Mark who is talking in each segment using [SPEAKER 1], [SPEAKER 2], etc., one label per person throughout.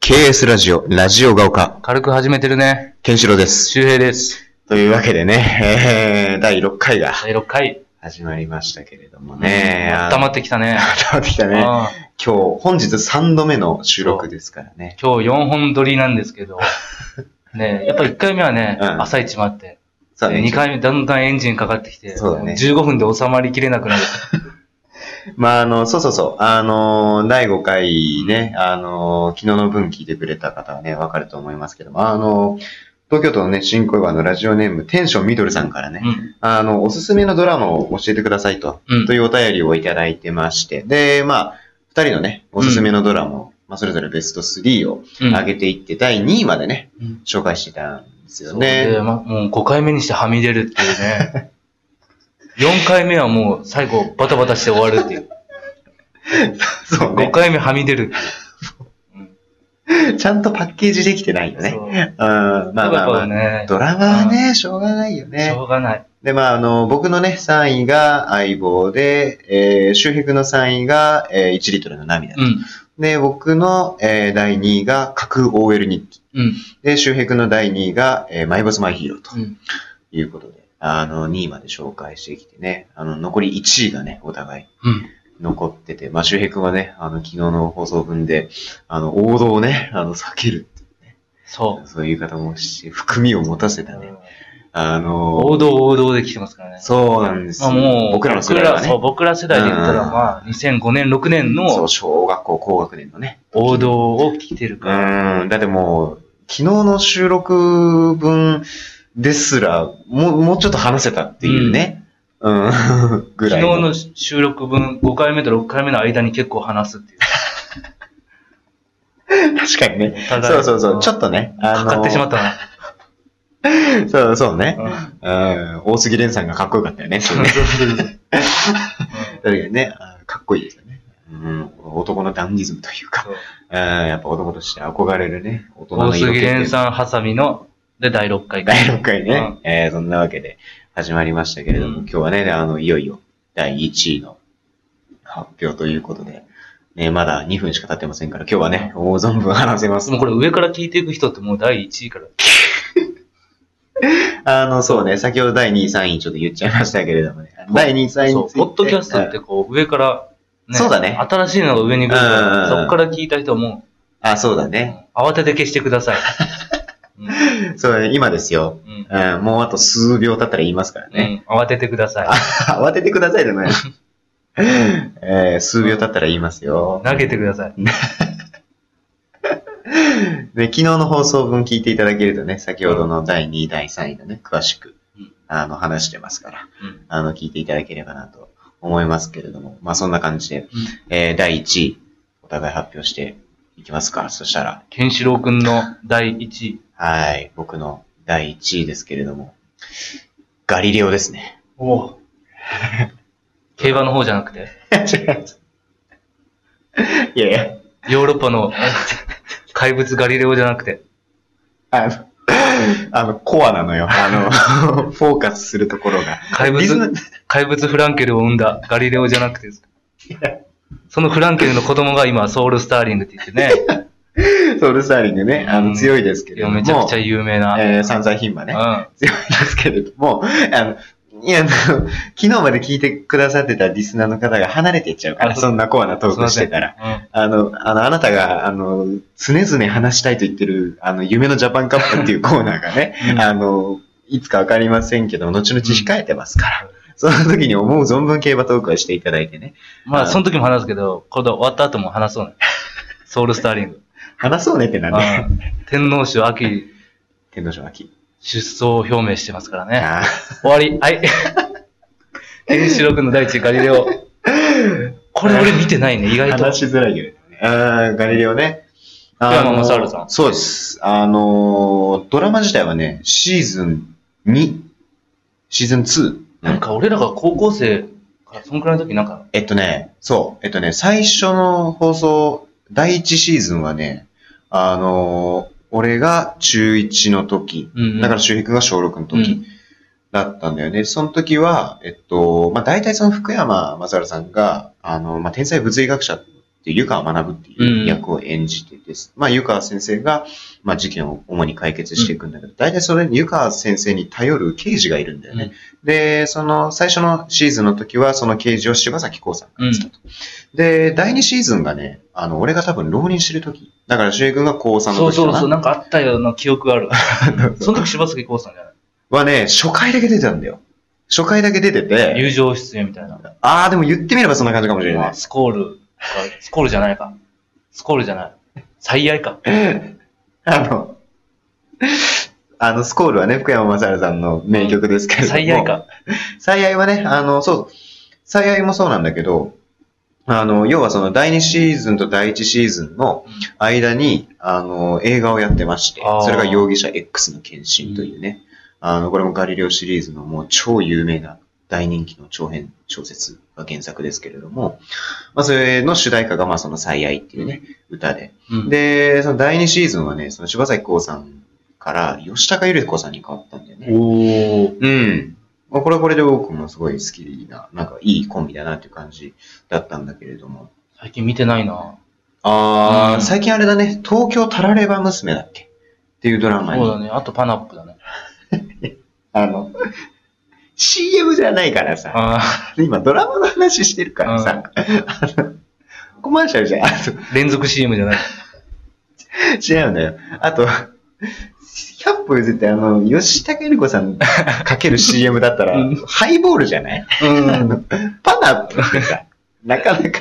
[SPEAKER 1] KS ラジオ、ラジオが丘、
[SPEAKER 2] 軽く始めてるね。
[SPEAKER 1] ケンシロウです。
[SPEAKER 2] 周平です。
[SPEAKER 1] というわけでね、えー、第6回が
[SPEAKER 2] 第6回。
[SPEAKER 1] 始まりましたけれどもね。
[SPEAKER 2] うん温まってきたね。
[SPEAKER 1] た。温まってきた
[SPEAKER 2] う
[SPEAKER 1] ね
[SPEAKER 2] ん。
[SPEAKER 1] 今日、本日3度目の収録ですからね。
[SPEAKER 2] 今日4本撮りなんですけど。ねやっぱ1回目はね、
[SPEAKER 1] うん
[SPEAKER 2] 朝一もあって。
[SPEAKER 1] さあ、
[SPEAKER 2] 2回目、だんだんエンジンかかってきて。
[SPEAKER 1] そうだね
[SPEAKER 2] 15分で収まりきれなくなる。
[SPEAKER 1] まあ、あの、そうそうそう。あの、第5回ね、あの、昨日の分聞いてくれた方はね、わかると思いますけども、あの、東京都のね、新小岩のラジオネーム、テンションミドルさんからね、
[SPEAKER 2] うん。
[SPEAKER 1] あの、おすすめのドラマを教えてくださいと、
[SPEAKER 2] うん
[SPEAKER 1] と。いうお便りをいただいてまして、で、まあ、二人のね、おすすめのドラマを、まあ、それぞれベスト3を
[SPEAKER 2] うん
[SPEAKER 1] 上げていって、第2位までね、
[SPEAKER 2] うん
[SPEAKER 1] 紹介してたんですよ
[SPEAKER 2] そう
[SPEAKER 1] ね
[SPEAKER 2] で。ま、もう5回目にしてはみ出るっていう ね。4回目はもう最後バタバタして終わるっていう。
[SPEAKER 1] そう
[SPEAKER 2] 5
[SPEAKER 1] ね。
[SPEAKER 2] 回目はみ出るって
[SPEAKER 1] ちゃんとパッケージできてないよ
[SPEAKER 2] いう。
[SPEAKER 1] ね。
[SPEAKER 2] そ う
[SPEAKER 1] うん、まあまあ
[SPEAKER 2] や
[SPEAKER 1] ま
[SPEAKER 2] っぱ
[SPEAKER 1] あ。
[SPEAKER 2] ね、
[SPEAKER 1] ドラマはね、しょうがないよ
[SPEAKER 2] し
[SPEAKER 1] ね。
[SPEAKER 2] ょうがない。
[SPEAKER 1] で、まあ、あの、僕のね、3位が相棒で、えー、周平君の3位が、えー、1リットルの涙。
[SPEAKER 2] うん。
[SPEAKER 1] で、僕の、えー、第2位が、架空 OL 日記。
[SPEAKER 2] うん。
[SPEAKER 1] で、周平君の第2位が、えー、マイボスマイヒーローと
[SPEAKER 2] うん
[SPEAKER 1] いうことで、あの、2位まで紹介してきてね、あの、残り1位がね、お互い
[SPEAKER 2] うん。
[SPEAKER 1] 残ってて、まあ、周平君はね、あの、昨日の放送分で、あの、王道をね、あの、避けるって
[SPEAKER 2] そう。
[SPEAKER 1] そういう言い方もし、含みを持たせたね。あの
[SPEAKER 2] 王道王道で来てますからね。
[SPEAKER 1] そうなんですよ。
[SPEAKER 2] まあもう、
[SPEAKER 1] 僕らの世代はね。
[SPEAKER 2] そう、僕ら世代で言ったら、まあ、2005年、6年
[SPEAKER 1] そう、
[SPEAKER 2] の
[SPEAKER 1] 小学校高学年のね。
[SPEAKER 2] 王道を来てる
[SPEAKER 1] う
[SPEAKER 2] から。
[SPEAKER 1] ーん、だってもう、昨日の収録分ですら、もう、もうちょっと話せたっていうね。うん、 ぐら
[SPEAKER 2] 昨
[SPEAKER 1] い。
[SPEAKER 2] 日の収録分、5回目と6回目の間に結構話すっていう。
[SPEAKER 1] 確かにね。
[SPEAKER 2] お互い
[SPEAKER 1] そうそうそう、ちょ
[SPEAKER 2] と。
[SPEAKER 1] っとね。
[SPEAKER 2] かかってしま
[SPEAKER 1] っ
[SPEAKER 2] ったな。
[SPEAKER 1] た。そうそうね。
[SPEAKER 2] うん
[SPEAKER 1] うん、大杉蓮さんがかっこよかったよね。そうねだけどね、あかっこいいですよね。うん、男のダンディズムというか、
[SPEAKER 2] そう
[SPEAKER 1] うん、やっぱ男として憧れるね、大人の
[SPEAKER 2] 大
[SPEAKER 1] 色気って
[SPEAKER 2] 杉
[SPEAKER 1] いうの
[SPEAKER 2] 蓮さん、ハサミの、で、第6回か
[SPEAKER 1] 第6回ね、
[SPEAKER 2] うん
[SPEAKER 1] えーそんなわけで始まりましたけれども、
[SPEAKER 2] うん
[SPEAKER 1] 今日はね、あの、いよいよ第1位の発表ということで、ね、まだ2分しか経ってませんから、今日はね、大存分話せます
[SPEAKER 2] もう。これ上から聞いていく人ってもう第1位から。
[SPEAKER 1] あの、そうね、先ほど第2位、3位ちょっと言っちゃいましたけれどもね、
[SPEAKER 2] そう
[SPEAKER 1] 第2位、3位
[SPEAKER 2] そ
[SPEAKER 1] に
[SPEAKER 2] う、
[SPEAKER 1] ついて
[SPEAKER 2] ポッドキャストってこう、上から、
[SPEAKER 1] そうだね
[SPEAKER 2] 新しいのが上に来るか
[SPEAKER 1] うん
[SPEAKER 2] ら、そこから聞いた人はもう、
[SPEAKER 1] あ、そうだね。
[SPEAKER 2] 慌てて消してください。うん
[SPEAKER 1] そう、今ですよ。
[SPEAKER 2] うん
[SPEAKER 1] うん、もうあと数秒経ったら言いますからね。
[SPEAKER 2] うん慌ててくださ い。
[SPEAKER 1] 慌ててくださいじ ゃない。えー数秒経ったら言いますよ。
[SPEAKER 2] 投げてください。
[SPEAKER 1] で、昨日の放送分聞いていただけるとね、先ほどの第2位、第3位のね、詳しく
[SPEAKER 2] うん、
[SPEAKER 1] あの、話してますから、
[SPEAKER 2] うん
[SPEAKER 1] あの、聞いていただければなと思いますけれども、まあ、そんな感じで、えー第1位、お互い発表していきますか。そしたら、
[SPEAKER 2] ケンシロウくんの第1位。
[SPEAKER 1] はい、僕の第1位ですけれども、ガリレオです ね。
[SPEAKER 2] 競馬の方じゃなくて、
[SPEAKER 1] 違う違ういやいや、
[SPEAKER 2] ヨーロッパの怪物ガリレオじゃなくて、
[SPEAKER 1] あの、あの、コアなのよ。あの、フォーカスするところが。
[SPEAKER 2] 怪
[SPEAKER 1] リズナ
[SPEAKER 2] 物、怪物フランケルを生んだガリレオじゃなくてですかそのフランケルの子供が今、ソウルスターリングって言って ね、
[SPEAKER 1] ソウルスターリングね、あ
[SPEAKER 2] う
[SPEAKER 1] の、
[SPEAKER 2] ん
[SPEAKER 1] 強いですけ
[SPEAKER 2] い
[SPEAKER 1] れど
[SPEAKER 2] や
[SPEAKER 1] も。
[SPEAKER 2] めちゃくちゃ有名な。
[SPEAKER 1] えー、散々品馬ね、
[SPEAKER 2] う
[SPEAKER 1] 強いですけれども、あの、いや、あの、昨日まで聞いてくださってたリスナーの方が離れていっちゃうから、
[SPEAKER 2] あ
[SPEAKER 1] そんなコアなト
[SPEAKER 2] ん。すい
[SPEAKER 1] ー
[SPEAKER 2] ま
[SPEAKER 1] クし
[SPEAKER 2] せ
[SPEAKER 1] て
[SPEAKER 2] ん。
[SPEAKER 1] たら。
[SPEAKER 2] うん
[SPEAKER 1] あの、あの、あなたが、あの、常々話したいと言ってる、あの、夢のジャパンカップっていうコーナーがね、
[SPEAKER 2] うん
[SPEAKER 1] あの、いつかわかりませんけど、後々控えてますから、
[SPEAKER 2] う
[SPEAKER 1] その時に思う存分競馬トークはしていただいてね、
[SPEAKER 2] ま
[SPEAKER 1] あ
[SPEAKER 2] あ、その時も話すけど、これで終わった後も 話そうね。ソウルスターリング。
[SPEAKER 1] 話そうねってなんで、
[SPEAKER 2] うん天皇賞秋
[SPEAKER 1] 天皇賞秋。
[SPEAKER 2] 出走を表明してますからね。
[SPEAKER 1] あ
[SPEAKER 2] 終わり。はい。ケンシロウ君の第一位ガリレオ。これ俺見てないね、意
[SPEAKER 1] ー
[SPEAKER 2] 外と。
[SPEAKER 1] 話しづらいけどね。あーガリレオね。
[SPEAKER 2] 福
[SPEAKER 1] の
[SPEAKER 2] 山雅治さん
[SPEAKER 1] そうです。あの、ドラマ自体はね、シーズン2、シーズン2。
[SPEAKER 2] なんか俺らが高校生からそんくらいの時なんか、
[SPEAKER 1] えっとね、そう、えっとね、最初の放送、第1シーズンはね、あのー俺が中1の時、
[SPEAKER 2] うんうん
[SPEAKER 1] だから周平君が小6の時、
[SPEAKER 2] うん
[SPEAKER 1] だったんだよね。その時は、えっと、まあ、大体その福山雅治さんが、あの、まあ、天才物理学者っていう、湯川学っていう役を演じてです。まあ、湯川先生が、まあ、事件を主に解決していくんだけど、大体それに湯川先生に頼る刑事がいるんだよね。で、その、最初のシーズンの時は、その刑事を柴崎孝さんがやってたと。で、第2シーズンがね、あの、俺が多分浪人してる時。だから、周平君が高3
[SPEAKER 2] そ
[SPEAKER 1] の時
[SPEAKER 2] う
[SPEAKER 1] か
[SPEAKER 2] そう
[SPEAKER 1] な。
[SPEAKER 2] そう、なんかあったような記憶があ る。その時柴崎孝さんじゃ
[SPEAKER 1] はね、初回だけ出てたんだよ。初回だけ出て
[SPEAKER 2] ない
[SPEAKER 1] て、
[SPEAKER 2] 友情出演みたいな。
[SPEAKER 1] あー、でも言ってみればそんな感じかもしれない。
[SPEAKER 2] スコールか、スコールじゃないか。スコールじゃない。最愛か。
[SPEAKER 1] あの、あの、スコールはね、福山雅治さんの名曲ですけれども。
[SPEAKER 2] 最愛。 か。
[SPEAKER 1] 最愛はね、あの、そう、最愛もそうなんだけど、あの、要はその第2シーズンと第1シーズンの間に、あの、映画をやってまして
[SPEAKER 2] あー、
[SPEAKER 1] それが容疑者 X の献身というね、あの、これもガリレオシリーズのもう超有名な大人気の長編小説が原作ですけれども、まあ、それの主題歌がまあその最愛っていうね、歌で、
[SPEAKER 2] うん
[SPEAKER 1] で、その第2シーズンはね、その柴咲コウさんから吉高由里子さんに変わったんだよね。
[SPEAKER 2] おー。
[SPEAKER 1] うん。まあ、これはこれで僕もすごい好きな、なんかいいコンビだなっていう感じだったんだけれども。
[SPEAKER 2] 最近見てないな。
[SPEAKER 1] あ
[SPEAKER 2] うん
[SPEAKER 1] 最近あれだね、東京タラレバ娘だっけっていうドラマ
[SPEAKER 2] そうだ
[SPEAKER 1] に、
[SPEAKER 2] ね。あとパナップだね。
[SPEAKER 1] あの、CM じゃないからさ、
[SPEAKER 2] あ
[SPEAKER 1] 今ドラマの話してるからさ、あのコマーシャルじゃん。あの
[SPEAKER 2] ー連続 CM じゃない。
[SPEAKER 1] 違うんだよ。あと、100歩譲って、あの、吉高由里子さんかける CM だったら、
[SPEAKER 2] うん
[SPEAKER 1] ハイボールじゃない あのパナップってさ、なかなか。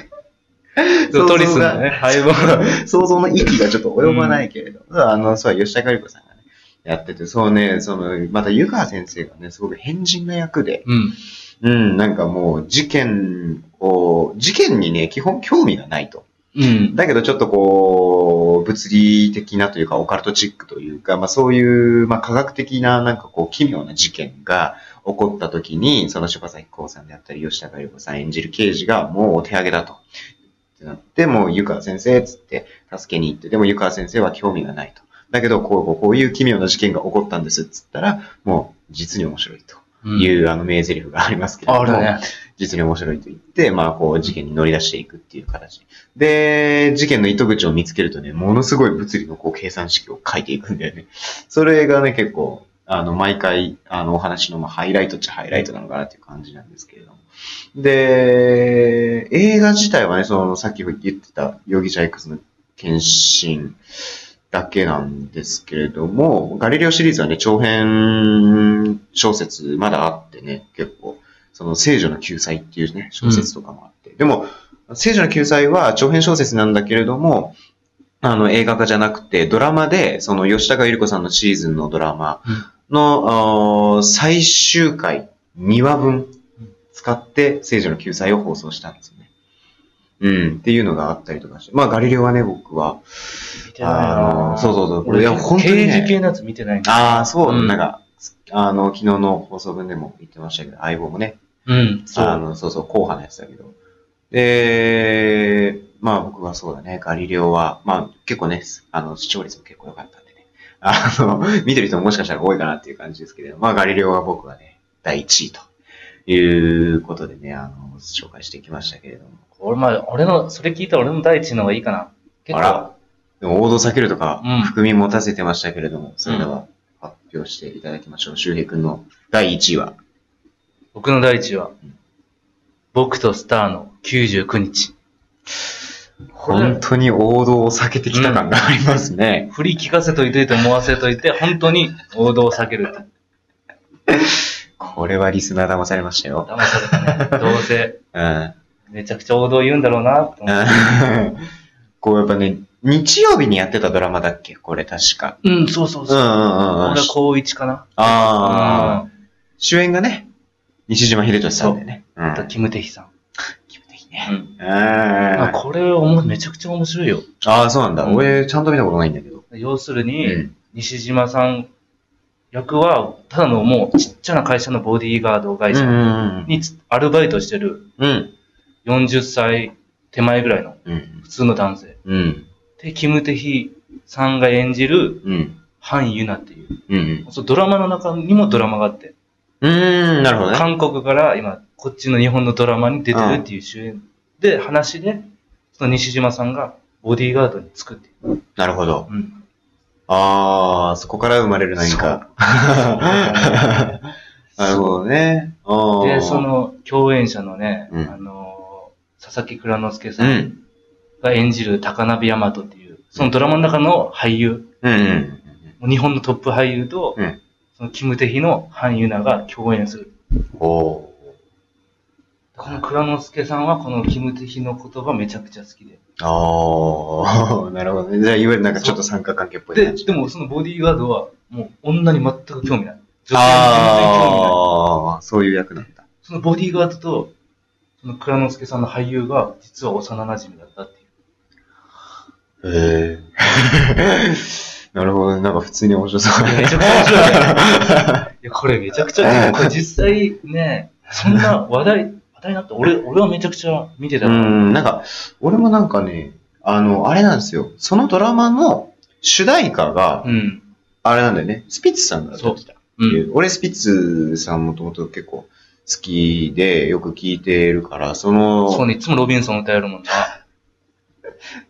[SPEAKER 2] そうトリスのね、ハイボー ル。
[SPEAKER 1] 想像の域がちょっと及ばないけれど、あの、そう、吉高由里子さんがね、やってて、そうね、その、また湯川先生がね、すごく変人な役で、
[SPEAKER 2] うん。
[SPEAKER 1] うん、なんかもう、事件を、事件にね、基本興味がないと。
[SPEAKER 2] うん。
[SPEAKER 1] だけどちょっとこう、物理的なというか、オカルトチックというか、まあそういう、まあ科学的ななんかこう、奇妙な事件が起こった時に、その柴崎孝さんであったり、吉高由里子さん演じる刑事がもうお手上げだと。ってなって、もう湯川先生っつって助けに行って、でも湯川先生は興味がないと。だけど、こう、こうこういう奇妙な事件が起こったんですっつったら、もう実に面白いと
[SPEAKER 2] うん
[SPEAKER 1] いう、あの名台詞がありますけれど
[SPEAKER 2] あ
[SPEAKER 1] も。
[SPEAKER 2] るね。
[SPEAKER 1] 実に面白いと言って、まあ、こう、事件に乗り出していくっていう形。で、事件の糸口を見つけるとね、ものすごい物理のこう計算式を書いていくんだよね。それがね、結構、あの、毎回、あの、お話の、まあ、ハイライトっちゃハイライトなのかなっていう感じなんですけれども。で、映画自体はね、その、さっき言ってた、容疑者 X の検診だけなんですけれども、ガリレオシリーズはね、長編小説まだあってね、結構、その聖女の救済っていうね、小説とかもあって。でも、聖女の救済は長編小説なんだけれども、あの、映画化じゃなくて、ドラマで、その吉高由里子さんのシーズンのドラマの、あー最終回2話分使って聖女の救済を放送したんですよね。うん、っていうのがあったりとかして。まあ、ガリレオはね、僕は、
[SPEAKER 2] 見てないな
[SPEAKER 1] あーそうそうそう
[SPEAKER 2] 俺
[SPEAKER 1] いや本当にね
[SPEAKER 2] 刑事系のやつ見てないんだ
[SPEAKER 1] ああ、そう、
[SPEAKER 2] うん
[SPEAKER 1] なんか、あの、昨日の放送分でも言ってましたけど、相棒もね、
[SPEAKER 2] うん、そ
[SPEAKER 1] あ
[SPEAKER 2] う。
[SPEAKER 1] の、そうそう、後派のやつだけど。で、まあ僕はそうだね、ガリレオは、まあ結構ね、あの、視聴率も結構良かったんでね。あの、 見てる人ももしかしたら多いかなっていう感じですけれど、まあガリレオは僕はね、第1位ということでね、あの、紹介してきましたけれども。
[SPEAKER 2] 俺、まあ、俺の、それ聞いたら俺の第一の方がいいかな。結
[SPEAKER 1] あら
[SPEAKER 2] 構、
[SPEAKER 1] でも王道避けるとか
[SPEAKER 2] うん、
[SPEAKER 1] 含み持たせてましたけれども、それでは発表していただきましょう。周平君の第1位は。
[SPEAKER 2] 僕の第一は、僕とスターの99日。これ
[SPEAKER 1] 本当に王道を避けてきた感がありますね。
[SPEAKER 2] 振り聞かせといてと思わせといて、本当に王道を避けるって。
[SPEAKER 1] これはリスナー騙されましたよ。
[SPEAKER 2] 騙され たね。どうせ、
[SPEAKER 1] うん。
[SPEAKER 2] めちゃくちゃ王道言うんだろうなって思っ
[SPEAKER 1] こうやっぱね、日曜日にやってたドラマだっけこれ確か。
[SPEAKER 2] て。うん、そうそ
[SPEAKER 1] う
[SPEAKER 2] う
[SPEAKER 1] んうん
[SPEAKER 2] そう。
[SPEAKER 1] うんうん
[SPEAKER 2] 俺は。高一かな。
[SPEAKER 1] ああ、主演がね、西島秀俊さんでね。う
[SPEAKER 2] うん。あと、
[SPEAKER 1] ん。
[SPEAKER 2] キムテヒさん。
[SPEAKER 1] キムテヒね。
[SPEAKER 2] うん。
[SPEAKER 1] うんあ
[SPEAKER 2] あこれおも、めちゃくちゃ面白いよ。
[SPEAKER 1] あー、そうなんだ。
[SPEAKER 2] うん
[SPEAKER 1] 俺、ちゃんと見たことないんだけど。
[SPEAKER 2] 要する
[SPEAKER 1] う
[SPEAKER 2] に、
[SPEAKER 1] ん。
[SPEAKER 2] 西島さん役は、ただのもうちっちゃな会社のボディーガード会
[SPEAKER 1] うん
[SPEAKER 2] 社
[SPEAKER 1] うん
[SPEAKER 2] につアルバイトしてる
[SPEAKER 1] うん。
[SPEAKER 2] 40歳手前ぐらいの
[SPEAKER 1] うん。
[SPEAKER 2] 普通の男性。
[SPEAKER 1] うん。
[SPEAKER 2] で、キム・テヒさんが演じる
[SPEAKER 1] うん。
[SPEAKER 2] ハン・ユナっていう。
[SPEAKER 1] うん。
[SPEAKER 2] そうドラマの中にもドラマがあって、
[SPEAKER 1] うん。なるほどね。
[SPEAKER 2] 韓国から今、こっちの日本のドラマに出てるっていう主演で、話で、その西島さんがボディーガードにつくっていう。
[SPEAKER 1] なるほど。
[SPEAKER 2] うん
[SPEAKER 1] ああ、そこから生まれる何か。なるほどね。あー
[SPEAKER 2] で、そ、の共演者のね、
[SPEAKER 1] うん
[SPEAKER 2] あのー、佐々木蔵之介
[SPEAKER 1] う
[SPEAKER 2] さん
[SPEAKER 1] ん。
[SPEAKER 2] が演じる高鍋大和っていう、そのドラマの中の俳優、
[SPEAKER 1] うんうん。
[SPEAKER 2] もう日本のトップ俳優と、
[SPEAKER 1] うん
[SPEAKER 2] そのキムテヒの韓優ナが共演する。
[SPEAKER 1] おー
[SPEAKER 2] この蔵之介さんはこのキムテヒの言葉めちゃくちゃ好きで。
[SPEAKER 1] ああ、なるほどね。じゃあ、いわゆるなんかちょっと三角関係っぽい
[SPEAKER 2] で、
[SPEAKER 1] 感じ。
[SPEAKER 2] でもそのボディーガードはもう女に全く興味ない。女性に全然興味ない。
[SPEAKER 1] ああ、そういう役なんだ。
[SPEAKER 2] そのボディーガードと、その蔵之介さんの俳優が実は幼馴染だったっていう。
[SPEAKER 1] へえ。なるほどね。なんか普通に面白そうだ
[SPEAKER 2] め
[SPEAKER 1] ね。
[SPEAKER 2] ちゃくちゃ面白いね。 いや、これめちゃくちゃ、でもこれ実際ね、そんな話題、話題になって、俺、俺はめちゃくちゃ見てた
[SPEAKER 1] う
[SPEAKER 2] から
[SPEAKER 1] ん、なんか、俺もなんかね、あの、あれなんですよ。そのドラマの主題歌が、
[SPEAKER 2] うん。
[SPEAKER 1] あれなんだよね。スピッツさんだった
[SPEAKER 2] そ
[SPEAKER 1] っ
[SPEAKER 2] う
[SPEAKER 1] け。
[SPEAKER 2] うん。
[SPEAKER 1] 俺、スピッツさんもともと結構好きで、よく聞いてるから、その、
[SPEAKER 2] そうね、いつもロビンソン歌えるも んな。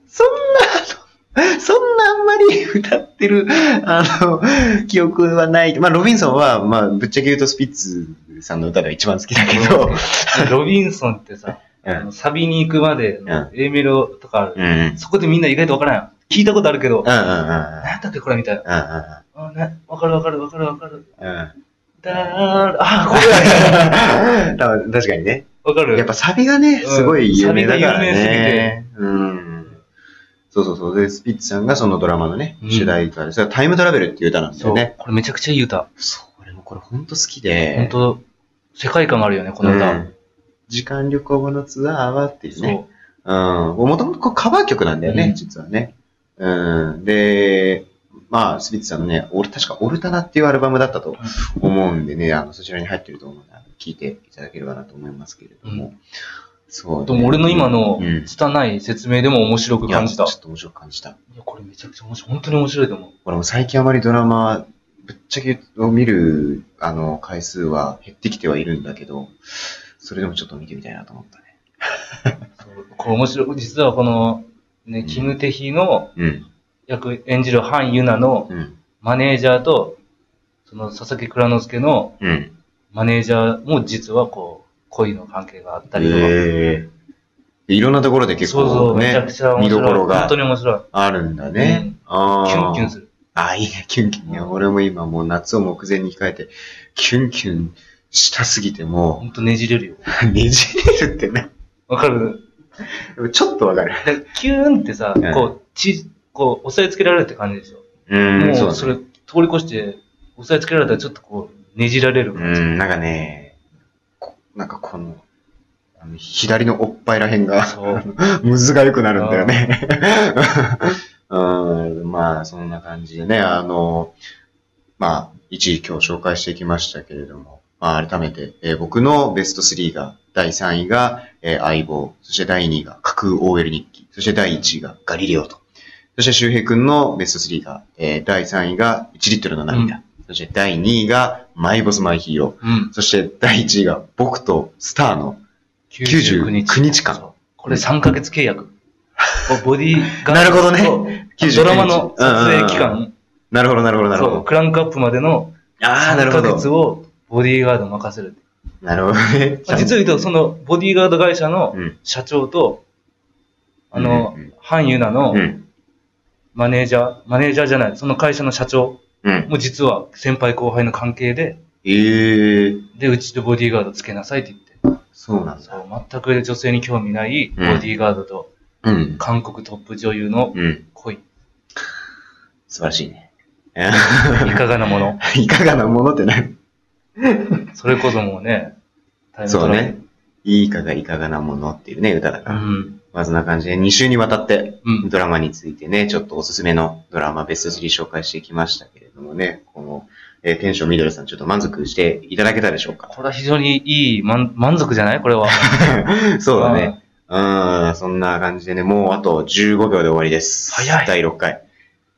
[SPEAKER 1] そんな、あのそんなあんまり歌ってる、あの、記憶はない。まあ、ロビンソンは、まあ、ぶっちゃけ言うとスピッツさんの歌が一番好きだけど、
[SPEAKER 2] ロビンソンってさ、
[SPEAKER 1] うん
[SPEAKER 2] あのサビに行くまでの A メロとかある、
[SPEAKER 1] うん。うんうんうん
[SPEAKER 2] そこでみんな意外とわからんよ。聞いたことあるけど、
[SPEAKER 1] うん。
[SPEAKER 2] なんだってこれみたいな。
[SPEAKER 1] うん
[SPEAKER 2] あね、わかるわかるわかるわかる。
[SPEAKER 1] うんうん。
[SPEAKER 2] だーあー、これ だね。
[SPEAKER 1] 多分確かにね。
[SPEAKER 2] わかる
[SPEAKER 1] やっぱサビがね、すごい有名だから
[SPEAKER 2] うんサビが有
[SPEAKER 1] ね
[SPEAKER 2] 名。
[SPEAKER 1] うん。そうそうそう。で、スピッツさんがそのドラマのね、
[SPEAKER 2] うん
[SPEAKER 1] 主題歌で、それはタイムトラベルっていう歌なんです
[SPEAKER 2] そ
[SPEAKER 1] よ
[SPEAKER 2] う、
[SPEAKER 1] ね。
[SPEAKER 2] これめちゃくちゃいい歌。
[SPEAKER 1] そう、俺もこれほんと好きで。
[SPEAKER 2] 本当世界観があるよね、この歌。
[SPEAKER 1] うん時間旅行後のツアーはっていう
[SPEAKER 2] そ
[SPEAKER 1] ね。
[SPEAKER 2] う。
[SPEAKER 1] うん。もともとこうカバー曲なんだよね、
[SPEAKER 2] うん
[SPEAKER 1] 実はね。うん。で、まあ、スピッツさんのね、俺、確かオルタナっていうアルバムだったと思うんでね、あの、そちらに入ってると思うので、聞いていただければなと思いますけれども。
[SPEAKER 2] う
[SPEAKER 1] そう、ね。
[SPEAKER 2] でも俺の今の
[SPEAKER 1] うん
[SPEAKER 2] 拙い説明でも面白く感じた。
[SPEAKER 1] い
[SPEAKER 2] い
[SPEAKER 1] やちょっと面白く感じた。
[SPEAKER 2] や、これめちゃくちゃ面白い。本当に面白いと思う。
[SPEAKER 1] 俺も最近あまりドラマ、ぶっちゃけを見る、あの、回数は減ってきてはいるんだけど、それでもちょっと見てみたいなと思ったね。
[SPEAKER 2] そうこれ面白い。実はこの、
[SPEAKER 1] う
[SPEAKER 2] ね、
[SPEAKER 1] ん
[SPEAKER 2] キムテヒの
[SPEAKER 1] うん。
[SPEAKER 2] 役演じるハン・ユナの
[SPEAKER 1] うん。
[SPEAKER 2] マネージャーと、その佐々木蔵之介の
[SPEAKER 1] うん。
[SPEAKER 2] マネージャーも実はこう、恋の関係があったりとか。
[SPEAKER 1] ええいろんなところで結
[SPEAKER 2] そうそう、
[SPEAKER 1] 構
[SPEAKER 2] めちゃ
[SPEAKER 1] ね
[SPEAKER 2] くちゃ、面
[SPEAKER 1] 見どこ
[SPEAKER 2] 白
[SPEAKER 1] ろ
[SPEAKER 2] い。本
[SPEAKER 1] が
[SPEAKER 2] 当に面白い。
[SPEAKER 1] あるんだね。あー
[SPEAKER 2] キュンキュンする。
[SPEAKER 1] あ、いいね、キュンキュンね。俺も今もう夏を目前に控えて、キュンキュンしたすぎても
[SPEAKER 2] 本当ねじれるよ。
[SPEAKER 1] う、 ねじれるってね。
[SPEAKER 2] わか る
[SPEAKER 1] ちょっとわかる。
[SPEAKER 2] でキューンってさ
[SPEAKER 1] うん、
[SPEAKER 2] こう、ち、こう、押さえつけられるって感じでしょ。
[SPEAKER 1] う
[SPEAKER 2] もう
[SPEAKER 1] う
[SPEAKER 2] それ通り越して、押さえつけられたらちょっとこう、ねじられる
[SPEAKER 1] う
[SPEAKER 2] 感じ。
[SPEAKER 1] ん、なんかね、こなんかこの、あの左のおっぱいらへんが、
[SPEAKER 2] そう。
[SPEAKER 1] むずが良くなるんだよね。うん、 まあ、そんな感じでね、あの、まあ、一位今日紹介してきましたけれども、まあ、改めて、えー僕のベスト3が、第3位が、えー相棒、そして第2位が架空 OL 日記、そして第1位がガリレオと、そして周平君のベスト3が、えー第3位が1リットルの涙、そして第2位がマイボスマイヒーロ
[SPEAKER 2] うん
[SPEAKER 1] ー、。そして第1位が僕とスターの99日間
[SPEAKER 2] そう。これ3ヶ月契約。 ボディーガード
[SPEAKER 1] なるほどね
[SPEAKER 2] そう
[SPEAKER 1] 99日
[SPEAKER 2] ドラマの撮影期
[SPEAKER 1] うんうん
[SPEAKER 2] 間、
[SPEAKER 1] なるほど、なるほど、なるほ
[SPEAKER 2] そ
[SPEAKER 1] ど
[SPEAKER 2] う、。クランクアップまでの
[SPEAKER 1] ああ、な
[SPEAKER 2] 3
[SPEAKER 1] るほ
[SPEAKER 2] ヶ
[SPEAKER 1] ど。
[SPEAKER 2] 月をボディーガードに任せる。
[SPEAKER 1] なるほどね。
[SPEAKER 2] まあ実を言うと、そのボディーガード会社の
[SPEAKER 1] うん
[SPEAKER 2] 社長と、あの
[SPEAKER 1] うんうん、
[SPEAKER 2] ハンユナの
[SPEAKER 1] うん。
[SPEAKER 2] マネージャー、マネージャーじゃない、その会社の社長
[SPEAKER 1] うん。
[SPEAKER 2] も実は先輩後輩の関係で、
[SPEAKER 1] ええー、
[SPEAKER 2] で、うちでボディーガードつけなさいって言って。
[SPEAKER 1] そうなんだ。
[SPEAKER 2] そう、全く女性に興味ないボディーガードと
[SPEAKER 1] うん。
[SPEAKER 2] 韓国トップ女優の
[SPEAKER 1] うん。
[SPEAKER 2] 恋。
[SPEAKER 1] 素晴らしいね。
[SPEAKER 2] いかがなもの。
[SPEAKER 1] いかがなものって何
[SPEAKER 2] それこそもうね、タイム
[SPEAKER 1] そ
[SPEAKER 2] ト
[SPEAKER 1] う
[SPEAKER 2] ラベル
[SPEAKER 1] ね。。いいかがいかがなものっていうね、歌だ
[SPEAKER 2] う
[SPEAKER 1] から。
[SPEAKER 2] ん。
[SPEAKER 1] まあそんな感じで、2週にわたって、
[SPEAKER 2] うん。
[SPEAKER 1] ドラマについてね、ちょっとおすすめのドラマベスト3紹介してきましたけれどもね、この、えーテンションみどりさん、ちょっと満足していただけたでしょうか
[SPEAKER 2] これは非常にいい満満足じゃないこ れは。
[SPEAKER 1] そうだね。うん、そんな感じでね、もうあと15秒で終わりです。
[SPEAKER 2] 早い
[SPEAKER 1] 第6回。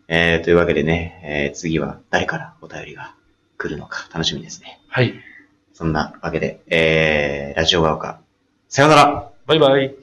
[SPEAKER 1] えー、というわけでね、えー次は誰からお便りが来るのか楽しみですね。
[SPEAKER 2] はい。
[SPEAKER 1] そんなわけで、えー、ラジオが丘、さようなら
[SPEAKER 2] バイバイ。